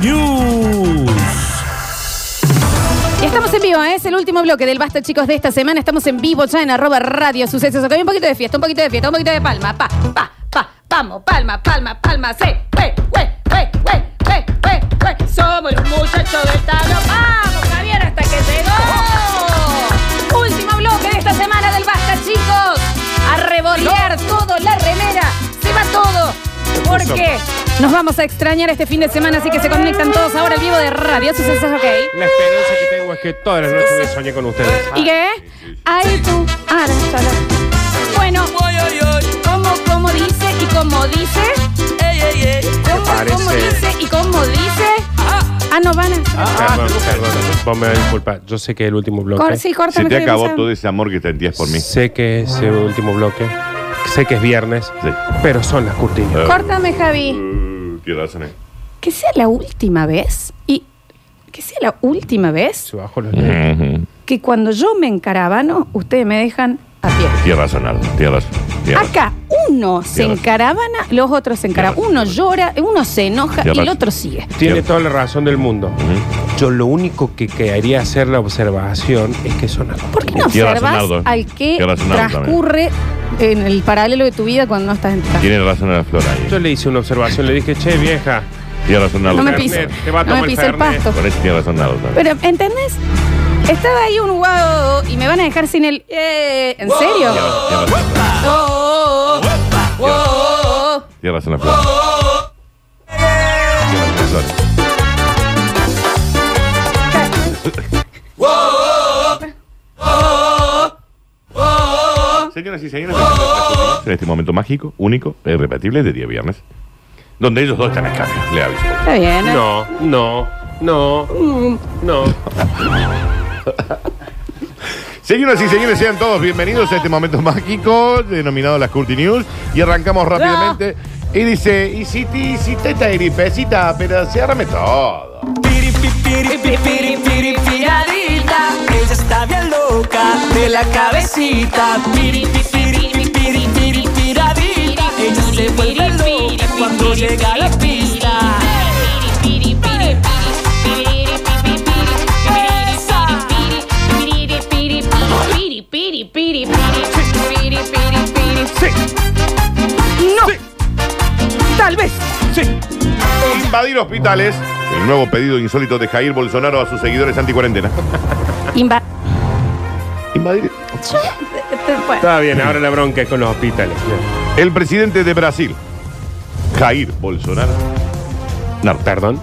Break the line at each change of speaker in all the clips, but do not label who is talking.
News.
Y estamos en vivo, ¿eh? es el último bloque del Basta, chicos, de esta semana. Estamos en vivo ya en arroba radio sucesos. Acá hay un poquito de fiesta, un poquito de fiesta, un poquito de palma. Pa, pa, pa, vamos, palma, palma, palma, se, we, we, we, we, we, we, we. Somos los muchachos de Tano. Vamos, Javier, hasta que llegó. ¡Oh! Último bloque de esta semana del Basta, chicos. A revolear todo, la remera, se va todo. Porque nos vamos a extrañar este fin de semana, así que se conectan todos ahora al vivo de Radio Sucesos, ¿ok?
La esperanza que tengo es que todas las noches voy a soñar con ustedes.
¿Y qué? Ay, tú, ahora, ahora. Bueno, como, como dice y como dice, como,
parece?
como dice y como dice. Ah, no van a.
Perdón, perdón. Vos me disculpas. Yo sé que el último bloque.
Cor- sí,
Se
córtame.
te
que
acabó
Ah, no
todo ese amor que sentías por mí. Sí.
Sé que es el último bloque. Sé que es viernes. Pero son las cortinas.
sabe. Córtame, Javi.
Uh, tienes razón, eh.
Que sea la última vez y. Que sea la última vez
Se bajó los lentes.
Ujú.
que cuando yo me encaravano, ustedes me dejan a pie.
Tienes razón, Aldo. Tienes razón. Tienes razón.
Acá uno se
Tierra.
encaravana, los otros se encaravana. Uno llora, uno se enoja y
Tierra.
el otro sigue.
Tiene
Bien.
toda la razón del mundo. Yo lo único que quedaría hacer la observación es que son las
¿Por qué no
Tiene razón,
observas
Nardo.
al que
Tiene razón, Nardo,
transcurre en el paralelo de tu vida cuando no estás en tu casa?
Tienes razón a la flor ahí.
Yo le hice una observación, le dije, che, vieja,
Tienes razón, Aldo.
No me
Fernet,
piso,
te va a
no me
tomar
piso el
Fernet.
pasto.
Por eso tienes razón, Aldo. también.
Pero, ¿entendés? Estaba ahí un guau y me van a dejar sin el... eh, ¿En serio?
Tienes razón, tienes razón.
Oh, oh, oh. Oh, oh, oh.
Tienes razón, la flor. Tienes razón, la flor. Señoras y señores, en este momento mágico, único e irrepetible de día viernes, donde ellos dos están en cambio, le aviso.
Está bien. ¿eh?
No, no, no, no.
Señoras y señores, sean todos bienvenidos a este momento mágico denominado las Curti News. Y arrancamos rápidamente. Y dice, y si te hiciste esta gripecita, pero ciérrame todo.
Piri, pi, piri, pi, piri, piri, piradita. Ella está bien loca de la cabecita. Piri, pi, piri, pi, piri, piri, piradita. Ella se vuelve loca cuando llega a la pista.
Tal vez.
Invadir hospitales. El nuevo pedido insólito de Jair Bolsonaro a sus seguidores anticuarentena.
Inva...
Invadir.
Bueno,
Está bien, ahora la bronca es con los hospitales.
El presidente de Brasil, Jair Bolsonaro. No,
Perdón,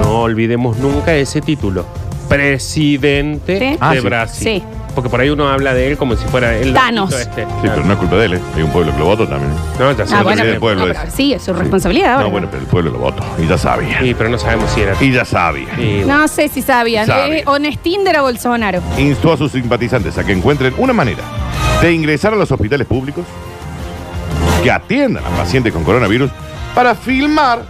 no olvidemos nunca ese título. Presidente
Sí.
de
Ah, sí.
Brasil.
Sí.
Porque por ahí uno habla de él como si fuera el
Thanos.
loquito este.
Sí, pero no es culpa de él, ¿eh? Hay un pueblo que lo votó también. ¿eh?
No, ya sé.
Ah, bueno,
el presidente del
pero-
pueblo
no, pero
es.
sí, es su responsabilidad ahora.
No, bueno, pero el pueblo lo votó. Y ya sabía.
Sí, pero no sabemos si era.
Y ya sabía.
Sí, bueno.
No sé si sabían.
Sabe.
Eh, Honestín de la Bolsonaro.
instó a sus simpatizantes a que encuentren una manera de ingresar a los hospitales públicos que atiendan a pacientes con coronavirus para filmar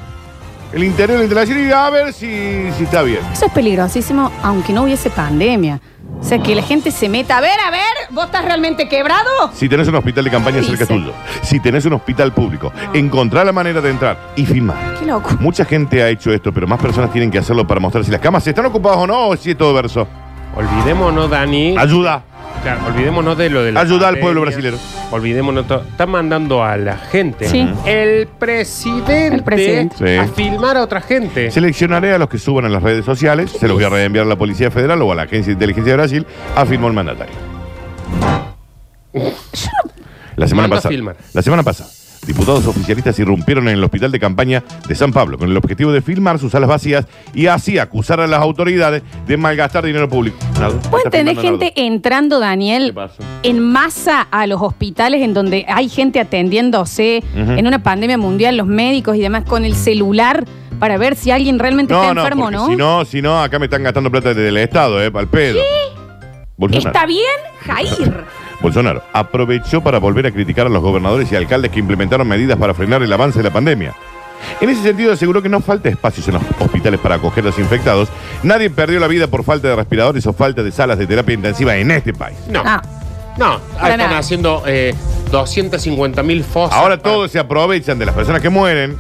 el interior de la instalación y a ver si, si está bien.
Eso es peligrosísimo, aunque no hubiese pandemia. O sea, que la gente se meta. A ver, a ver, ¿vos estás realmente quebrado?
Si tenés un hospital de campaña
¿Qué
cerca
dice?
tuyo, si tenés un hospital público, encontrar la manera de entrar y filmar.
Qué loco.
Mucha gente ha hecho esto, pero más personas tienen que hacerlo para mostrar si las camas están ocupadas o no, o si es todo verso.
Olvidémonos, Dani.
Ayuda.
Claro, olvidémonos de lo de la
Ayuda al pueblo
pandemia.
brasilero.
Olvidémonos. to- Está mandando a la gente.
Sí.
El presidente.
El presidente.
Sí.
A filmar a otra gente.
Seleccionaré a los que suban a las redes sociales, se los voy a reenviar a la Policía Federal o a la Agencia de Inteligencia de Brasil, afirmó el mandatario. La semana
Manda a
pasada,
filmar.
la semana pasada, diputados oficialistas irrumpieron en el hospital de campaña de San Pablo con el objetivo de filmar sus salas vacías y así acusar a las autoridades de malgastar dinero público. Nardo,
¿Vos
está
entendés
filmando,
gente entrando, Daniel,
¿Qué pasó?
en masa a los hospitales en donde hay gente atendiéndose
Ujú.
en una pandemia mundial, los médicos y demás, con el celular para ver si alguien realmente
Nardo.
está
No,
enfermo
no,
o
porque
no?
si no, si no, acá me están gastando plata del Estado, eh, al pedo. Bolsonaro.
¿Está bien, Jair?
Bolsonaro aprovechó para volver a criticar a los gobernadores y alcaldes que implementaron medidas para frenar el avance de la pandemia. En ese sentido, aseguró que no falta espacios en los hospitales para acoger a los infectados. Nadie perdió la vida por falta de respiradores o falta de salas de terapia intensiva en este país.
No.
Ah.
No,
Para
ahí están
nada.
haciendo eh, 250.000 fosas.
Ahora
para-
todos se aprovechan de las personas que mueren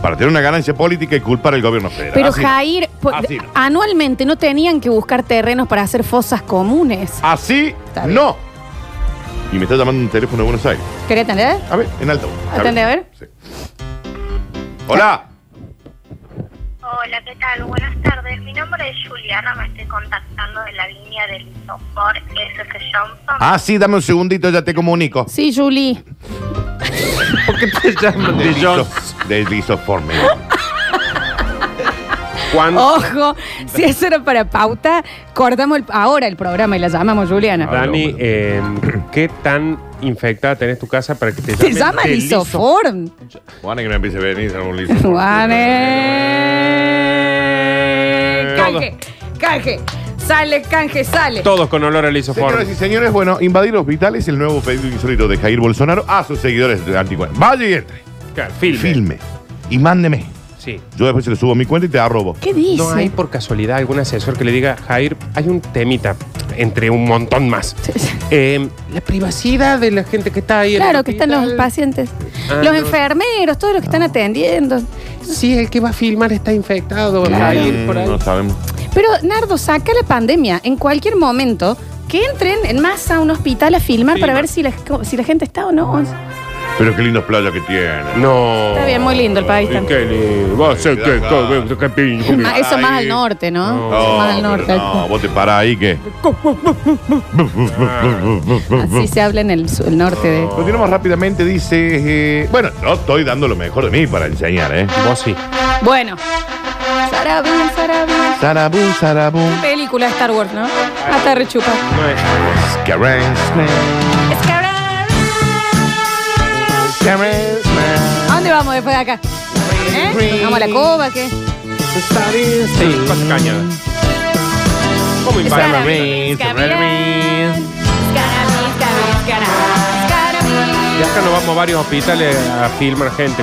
para tener una ganancia política y culpar al gobierno federal.
Pero
Así no.
Jair, po-
Así no.
anualmente no tenían que buscar terrenos para hacer fosas comunes.
Así
Está bien.
no. Y me está llamando un teléfono de Buenos Aires.
¿Querés tener?
A ver, en alto.
Atende, a ver.
Sí. Hola.
Hola, ¿qué tal? Buenas tardes. Mi nombre es Juliana, me estoy contactando de la línea del Isopor S.F. Johnson.
Ah, sí, dame un segundito, ya te comunico.
Sí, Juli.
¿Por qué te llaman de John?
Deslizoforme.
Juan.
Oh. Ojo, si eso era para pauta, cortamos el- ahora el programa y la llamamos
Ah,
Juliana.
Dani, eh, ¿qué tan infectada tenés tu casa para que te
Se
llamen?
llama
de
Lisoform.
Juana que no empiece a venir, dame un lisoforme.
Eh,
Juanes. Canje, canje. Sale, canje, sale.
Todos con olor a lisoforme.
Señoras y señores, bueno, invadir hospital es el nuevo pedido insólito de Jair Bolsonaro a sus seguidores de Anticuerpos. Vaya y entre.
Claro, filme.
Filme. Y mándeme.
Sí.
Yo después se lo subo a mi cuenta y te arrobo.
¿Qué dice?
No hay por casualidad algún asesor que le diga, Jair, hay un temita entre un montón más. Eh, la privacidad de la gente que está ahí. en el
Claro, que están los
hospital.
pacientes,
Ah,
los
no. Ah.
enfermeros, todos los que están atendiendo.
Sí, el que va a filmar está infectado. Jair, por ahí.
No sabemos.
Pero, Nardo, saca la pandemia en cualquier momento. Que entren en masa a un hospital a filmar para ver si la, si la gente está o no.
Pero qué lindas playas que tiene.
No.
Está bien, muy lindo el país
¿Y
también.
qué le va a hacer? ¿Qué- qué- qué- qué piña? ¿Cómo?
Ma- Eso más al norte, ¿no?
No.
Eso más al
pero
norte.
no, vos te parás ahí que.
Así se habla en el, su- el norte de.
Continuamos rápidamente, dice. eh, bueno, yo estoy dando lo mejor de mí para enseñar, ¿eh?
Vos sí.
Bueno. Sarabín, Sarabín.
Sarabú, sarabú.
Película de Star Wars, ¿no? Hasta rechupa.
No es-
Scarens, scarens,
¿A dónde vamos después de acá? ¿Eh? ¿Vamos a la cova? ¿Qué?
Sí, cosa caña. ¿Cómo
Escarabín,
impara?
Sarabín,
escarabín,
sarabín.
escarabín, escarabín, escarabín.
Y acá nos vamos a varios hospitales a filmar gente.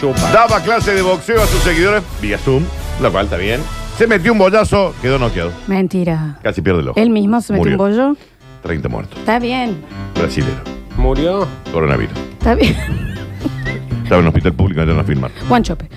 Chupa.
Daba clase de boxeo a sus seguidores vía Zoom, la cual está bien. Se metió un bollazo, quedó noqueado.
Mentira.
Casi pierde el ojo.
Él mismo se metió un
Murió.
bollo.
30 muertos.
Está bien,
Brasilero.
Murió.
Coronavirus.
está bien.
Estaba en un hospital público, no a filmar.
One Chope.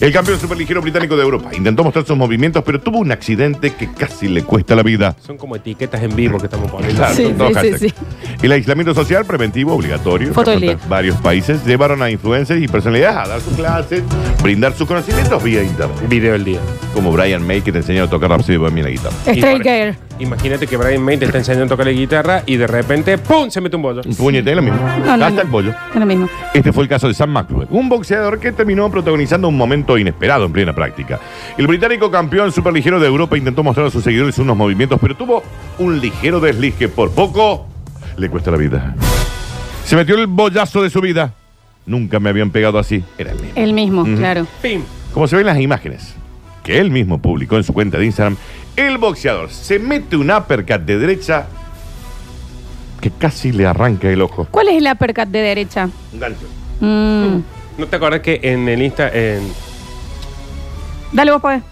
El campeón superligero británico de Europa intentó mostrar sus movimientos, pero tuvo un accidente que casi le cuesta la vida.
Son como etiquetas en vivo que estamos poniendo.
Claro,
Sí,
son todos
sí, sí,
hashtags.
sí.
El aislamiento social preventivo obligatorio.
Foto del
reportan
día.
Varios países llevaron a influencers y personalidades a dar sus clases, brindar sus conocimientos vía internet.
Video del día.
Como Brian May, que te enseñó a tocar Rhapsody Bohemian en la guitarra.
Straight
Impar-
Gear.
Imagínate que Brian May te está enseñando a tocar la guitarra y de repente, ¡pum! se mete un bollo.
Un puñete es lo mismo.
No, no,
Hasta
no.
el pollo.
Es lo mismo.
Este fue el caso de Sam McClure, un boxeador que terminó protagonizando un momento inesperado en plena práctica. El británico campeón superligero de Europa intentó mostrar a sus seguidores unos movimientos, pero tuvo un ligero desliz que por poco le cuesta la vida. Se metió el bollazo de su vida. Nunca me habían pegado así. Era el mismo.
El mismo, claro.
Pim.
Como se ven las imágenes que él mismo publicó en su cuenta de Instagram, el boxeador se mete un uppercut de derecha que casi le arranca el ojo.
¿Cuál es el uppercut de derecha?
Un gancho.
Mm.
¿No te acordás que en el Insta, en
Dale vos, pues.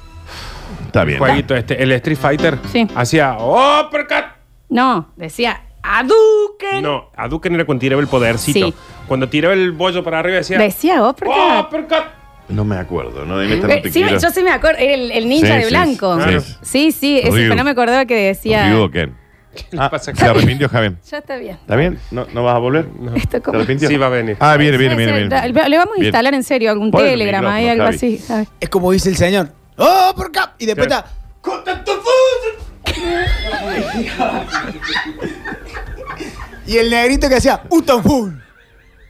Está bien.
jueguito este, el Street Fighter,
Sí.
hacía uppercut?
No, decía Aduken.
No, a Duque no era cuando tiraba el podercito.
Sí.
Cuando tiraba el bollo para arriba decía
Decía uppercut.
uppercut.
Ah, No me acuerdo, no, en esta no
Eh,
Oh, te
sí,
quiero.
yo sí me acuerdo, era el, el ninja
Sí,
de
sí,
blanco.
sí,
Sí, sí, ese,
Ryu.
pero no me acordaba que decía.
Digo que-
¿Qué
Ah,
le pasa
se
acá?
arrepintió, Javen.
Ya está bien.
¿Está bien? ¿No, no vas a volver?
Esto
¿Se
como.
arrepintió?
Sí, va a venir.
Ah, viene, viene, viene.
Puede ser,
viene.
da- Le vamos a
Bien.
instalar en serio algún
Pon el
Telegram ahí,
micrófono,
algo
Javi.
así, ¿sabes?
Es como dice el señor. ¡Oh, por acá! Y después
Sí.
está. "Corta tu food". y el negrito que hacía. ¡Utanfun!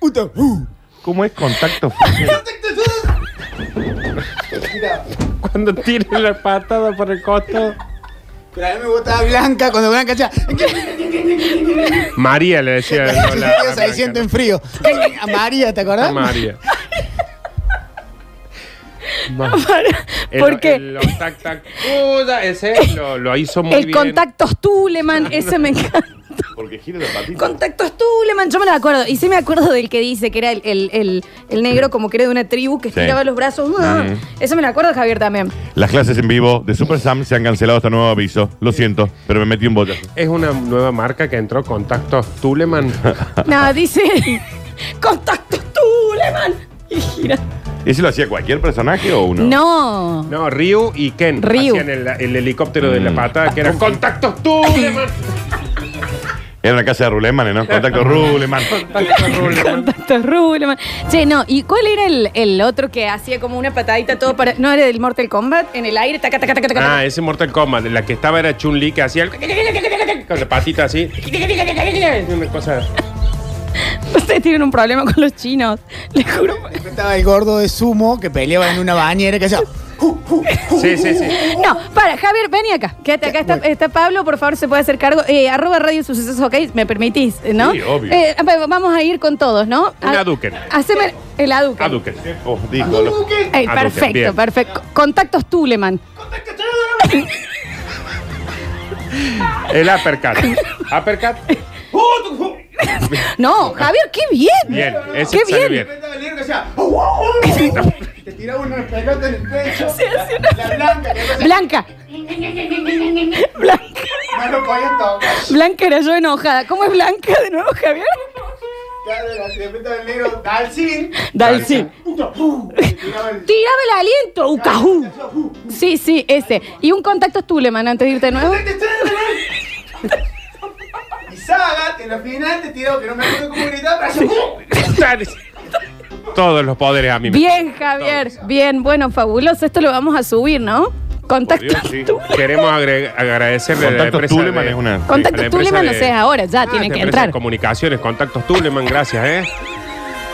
¡Utanfun!
¿Cómo es contacto?
Cuando tira la patada por el costado.
Pero a mí me gustaba Blanca cuando Blanca hacía.
María le decía. no, la-
Ellos ahí sienten frío. A María, ¿te acordás?
María. Ma- el-
¿Por qué?
El, los tac tac. Uda, ese lo, lo hizo muy
El
bien.
contacto Tuleman, ese me encanta.
Porque gira la patita.
Contacto Stuleman, yo me lo acuerdo. Y sí me acuerdo del que dice que era el, el- el- el negro como que era de una tribu que
Sí.
estiraba los brazos. Ah,
Mm.
Eso me lo acuerdo, Javier, también.
Las clases en vivo de Super Sam se han cancelado hasta nuevo aviso. Lo siento, pero me metí un bote.
Es una nueva marca que entró, Contactos Tuleman.
No, dice Contacto Stuleman. Y gira.
¿Ese lo hacía cualquier personaje o uno?
No.
No, Ryu y Ken.
Ryu.
Hacían el, el helicóptero de la
Mm.
patada que era Contactos Tuleman.
Era una casa de Ruleman, ¿no? Contacto Ruleman.
Contactos Tuleman.
Contacto Ruleman. Che, no, ¿y cuál era el, el otro que hacía como una patadita todo para. No era del Mortal Kombat? En el aire, taca, taca, taca, taca, taca.
Ah, ese Mortal Kombat. La que estaba era Chun-Li que hacía el... Con la patita así. Una cosa...
Ustedes tienen un problema con los chinos. Les juro.
Estaba el gordo de sumo que peleaba en una bañera que hacía. "Ju, ju, ju".
Sí, sí, sí.
No, para, Javier, vení acá. Quédate acá. Está, está Pablo, por favor, se puede hacer cargo. Eh, arroba Radio Sucesos, ok. ¿Me permitís, no?
Sí, obvio.
Eh, va- vamos a ir con todos, ¿no?
Un
Ha-
aduken.
Haceme el aduken.
Aduken.
Oh, dijo lo-
Eh,
Aduken,
perfecto,
bien.
perfecto. Contactos Tuleman.
El uppercut. Uppercut.
No, Javier, qué bien.
Bien. Ese
Qué
salió
bien.
Estaba el negro que hacía, "Ju, ju, ju". Te tiraba una pelota en el pecho. La blanca que hacía,
Blanca. Blanca.
"No lo podía tocar".
Blanca era yo enojada. ¿Cómo es Blanca de nuevo, Javier?
Claro, de repente el negro, "Dalsin".
Dalsin.
Puta, ju. Te tiraba el-
Tiraba el aliento, Ucajú. Sí, sí, ese. Y un contacto Tuleman antes de irte de nuevo.
Y Sagat en la final te tiró, que no me acuerdo cómo gritaba, pero hacía, "Ju".
Todos los poderes a mí. me-
Bien, Javier. Bien, bueno, fabuloso. Esto lo vamos a subir, ¿no? Contacto
Por Dios, sí.
Tuleman.
Queremos agre- agradecerle a la
Contacto
empresa
Tuleman
de-
es una.
Con-
Contacto
la empresa
Tuleman, no
de-
sé, ahora ya
Ah,
tienen
la
que
empresa de
entrar.
Comunicaciones, contactos Tuleman, gracias, ¿eh?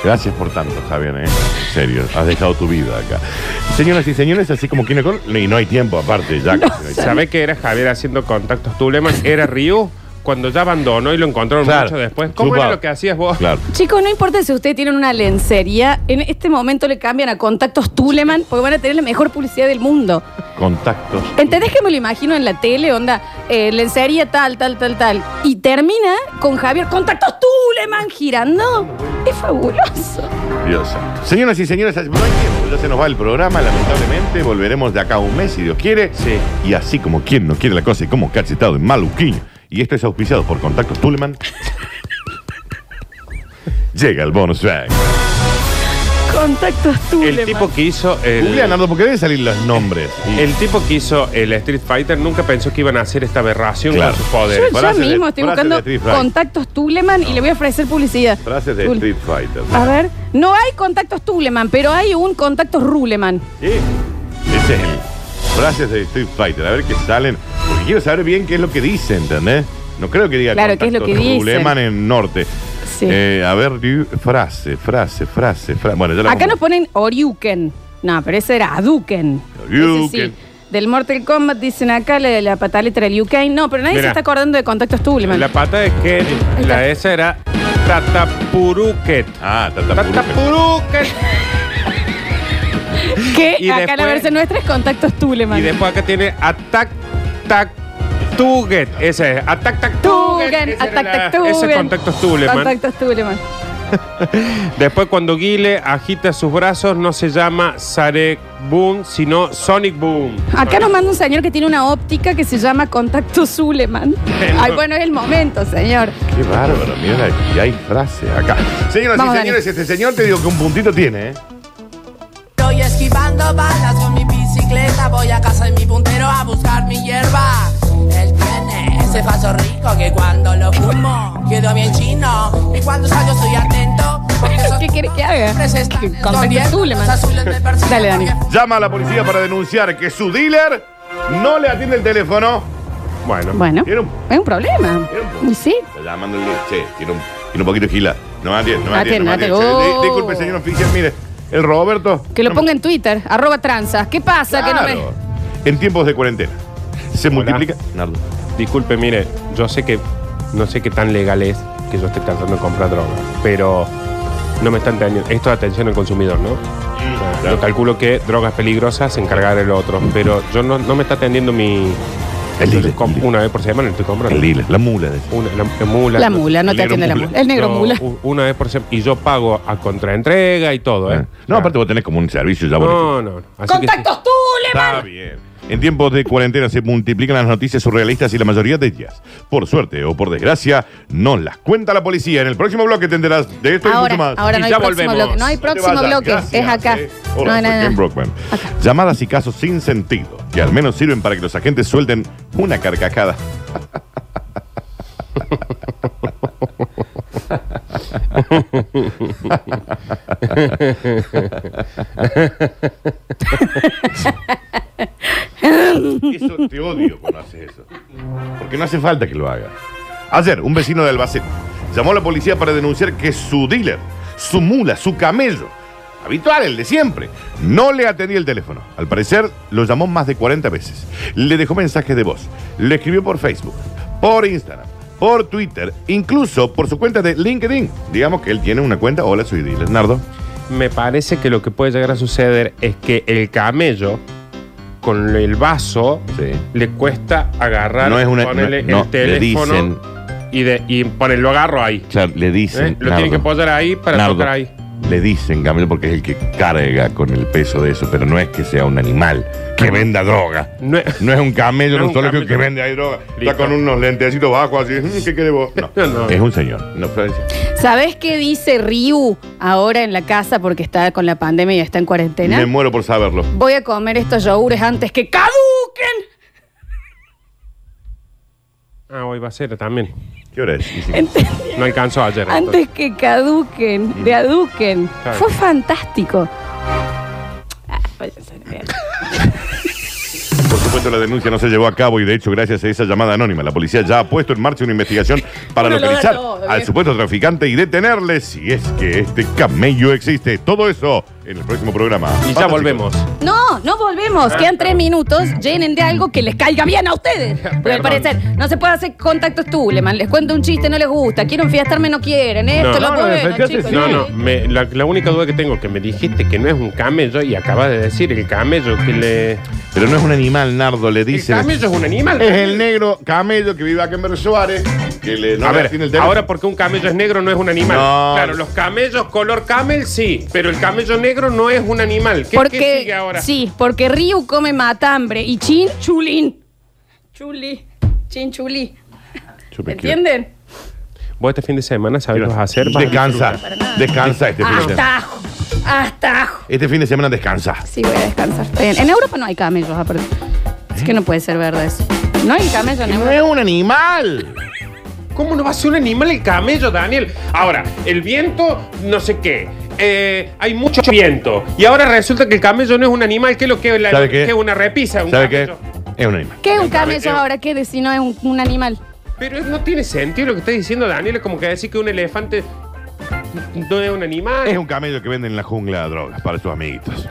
Gracias por tanto, Javier, ¿eh? En serio, has dejado tu vida acá. Señoras y señores, así como Kino Col. Y no hay tiempo aparte, ya. casi no hay tiempo.
¿Sabés que era Javier haciendo contactos Tuleman? Era Ryu cuando ya abandonó y lo encontraron
Claro.
mucho después. ¿Cómo
Supa.
era lo que hacías vos?
Claro.
Chicos, no importa si ustedes tienen una lencería, en este momento le cambian a contactos Tuleman porque van a tener la mejor publicidad del mundo.
Contactos.
¿Entendés que me lo imagino en la tele, onda, eh, lencería tal, tal, tal, tal? Y termina con Javier, contactos Tuleman girando. Es fabuloso.
Dios santo. Señoras y señores, no hay tiempo, ya se nos va el programa, lamentablemente. Volveremos de acá a un mes, si Dios quiere.
Sí.
Y así como quien no quiere la cosa y como cachetado en maluquiño. Y esto es auspiciado por Contactos Tuleman. Llega el bonus track.
Contactos Tuleman.
El tipo que hizo el,
Julián, Nardo, porque deben salir los nombres.
el tipo que hizo el Street Fighter nunca pensó que iban a hacer esta aberración
Claro.
con sus
Yo
poderes.
Por
ya
hacer-
mismo
por
estoy
hacer
buscando
Street Fighter.
contactos Tuleman y le voy a ofrecer publicidad.
Frases de
Tul-
Street Fighter.
A ver, no hay contactos Tuleman, pero hay un contactos Ruleman.
Sí. Ese es el. Frases de Street Fighter. A ver qué salen. Porque quiero saber bien qué es lo que dice, ¿entendés? No creo que diga
Claro, qué es lo que
Contactos
dicen.
Tuleman en norte.
Sí.
Eh, a ver, Liu- frase, frase, frase, frase. Bueno, ya la
Acá nos
vamos-
ponen Oriuken. No, pero ese era Aduken.
Hadouken.
Ese sí. Del Mortal Kombat dicen acá la, la pataleta del UK. No, pero nadie se
Mira.
está acordando de contactos Tuleman.
La pata de que la esa era Tatapuruket.
Ah, Tatapuruca.
Tatapuruket.
que
y
acá la
después-
versión nuestra es contactos Tuleman.
Y después acá tiene Attack Tac Tuget. Ese es Attack Tac Tuget.
Tugen,
Esa era
Attack
la-
Tac Tugen.
Ese es contactos Tuleman.
Contactos Tuleman.
Después cuando Guile agita sus brazos no se llama Sarek Boom, sino Sonic Boom.
Acá nos manda un señor que tiene una óptica que se llama Contacto Zuleman. Ay, bueno, es el momento, señor.
Qué bárbaro, mira, la- y hay frase acá. Señoras
Vamos,
y señores, este señor te digo que un puntito tiene, ¿eh?
Estoy esquivando balas con mi bicicleta. Voy a casa de mi puntero a buscar mi hierba. Él tiene ese paso rico que cuando lo fumo quedo bien chino. Y cuando salgo soy atento. Porque esos
¿Qué quiere que haga?
hombres están
Que
escondiendo
contacte tú, le
los
manda.
azules me persiguen
Dale, Dani.
porque
Llama a la policía para denunciar que su dealer no le atiende el teléfono.
Bueno.
Bueno,
Tiene un-
es un problema.
tiene un
Y
punto.
sí.
Está llamando el dealer, che, tiene un, tiene un poquito de gila. No me atiende, no me atiende. no me
Atiende,
atiende.
atiende.
Che, di- disculpe, señor oficial, mire, el Roberto...
Que lo
no me-
ponga en Twitter, arroba tranzas. ¿Qué pasa? Que no
Claro. En tiempos de cuarentena. Se multiplica... Nardo.
Disculpe, mire, yo sé que no sé qué tan legal es que yo esté tratando de comprar droga, pero no me están teniendo. Esto es atención al consumidor, ¿no? O sea, Yo calculo que drogas peligrosas se encargará el otro, pero yo no, no me está atendiendo mi,
El
Entonces,
dealer,
com-
el dealer.
una vez por semana le estoy comprando.
El dealer, la mula. de-
Una, la, la mula.
La mula, no
el
te
negro
atiende la
mula.
mula. El negro
Yo,
mula.
u- Una vez por semana. Y yo pago a contraentrega y todo, ¿eh?
Ah. No, aparte vos tenés como un servicio ya bonito.
No, no. no. Así que sí.
¡Contactos tú,
Está bien. En tiempos de cuarentena se multiplican las noticias surrealistas y la mayoría de ellas, por suerte o por desgracia, no las cuenta la policía. En el próximo bloque te enterás de esto y mucho
Ahora,
más.
ahora
Y
no hay
ya
próximo
volvemos.
bloque. No hay
No te
próximo
vayas,
bloque.
gracias,
es acá.
eh. Hola,
no,
soy
no,
Ken
no.
Brockman. Llamadas y casos sin sentido, que al menos sirven para que los agentes suelten una carcajada. Eso te odio cuando haces eso. Porque no hace falta que lo haga. Ayer, un vecino de Albacete llamó a la policía para denunciar que su dealer, su mula, su camello, habitual, el de siempre, no le atendía el teléfono. Al parecer, lo llamó más de 40 veces. Le dejó mensajes de voz. Le escribió por Facebook, por Instagram, por Twitter, incluso por su cuenta de LinkedIn. Digamos que él tiene una cuenta. Hola, soy dealer. Nardo.
Me parece que lo que puede llegar a suceder es que el camello con el vaso
Sí.
le cuesta agarrar
No es una-
ponerle
no, no,
el
le
teléfono
dicen-
y, de, y poner- lo agarro ahí.
Claro, le dicen.
¿eh? Lo tienen que
Nardo.
poner ahí para
Nardo,
tocar ahí.
Le dicen camello porque es el que carga con el peso de eso, pero no es que sea un animal que venda droga.
No es-
No es un camello,
No
no
es
es
un
solo que
camello.
que vende ahí droga.
Listo.
Está con unos lentecitos bajos así. "Mm, ¿Qué quiere vos? No.
No, no.
Es un señor. No, Florencia.
¿Sabes qué dice Ryu ahora en la casa porque está con la pandemia y está en
Me
cuarentena?
muero por saberlo.
Voy a comer estos yogures antes que caduquen.
Ah, hoy va a ser también.
¿Qué hora es?
¿Entendí?
No alcanzó ayer. entonces.
Antes que caduquen, de aduquen.
Claro.
Fue fantástico. Ah, váyanse a la mierda.
Por supuesto, la denuncia no se llevó a cabo y, de hecho, gracias a esa llamada anónima, la policía ya ha puesto en marcha una investigación para
Uno lo da
localizar
todo,
al
viejo.
supuesto traficante y detenerle si es que este camello existe. Todo eso en el próximo programa.
Y ya
Basta,
volvemos.
No, no volvemos. Quedan tres minutos. Llenen de algo que les caiga bien a ustedes. Porque al
Perdón.
parecer no se puede hacer contactos tuleman. Les cuento un chiste, no les gusta. Quieren fiestarme, no quieren. Esto, lo
No. No,
no,
bueno,
defendete,
chicos.
sí.
No, no, me- la, la única duda que tengo es que me dijiste que no es un camello y acabas de decir el camello que le.
chicos. Pero no es un animal, Nardo, le
El
dicen.
camello es un animal.
Es el negro camello que vive aquí en Berro Suárez, que le, no
a
le
ver,
atiende el teléfono.
ahora porque un camello es negro no es un animal.
No.
Claro, los camellos color camel sí, pero el camello negro no es un animal. ¿Qué,
porque,
qué sigue ahora?
Sí, porque Ryu come matambre y Chin, chulín. Chuli. Chin, chuli.
Yo me quiero-
¿Entienden?
Vos este fin de semana sabés
quiero-
qué vas a hacer. Vas a
Descansa,
disfrutar.
descansa
Ah,
este fin de semana.
Hasta ajo. Hasta ajo.
Este fin de semana descansa.
Sí, voy a descansar. Está bien. En Europa no hay camellos, aparte. Es que no puede ser verdad eso. No hay camellos en
No
Europa.
es un animal.
¿Cómo no va a ser un animal el camello, Daniel? Ahora, el viento, no sé qué. Eh, hay mucho viento. Y ahora resulta que el camello no es un animal, que es lo que la-
¿Sabe qué?
que es una repisa. Un
¿Sabe qué?
camello.
Es un animal.
¿Qué es un camello
Camello.
ahora? ¿Qué de si no es un, un animal?
Pero no tiene sentido lo que está diciendo Daniel, es como que decir que un elefante no es un animal.
Es un camello que vende en la jungla de drogas para sus amiguitos.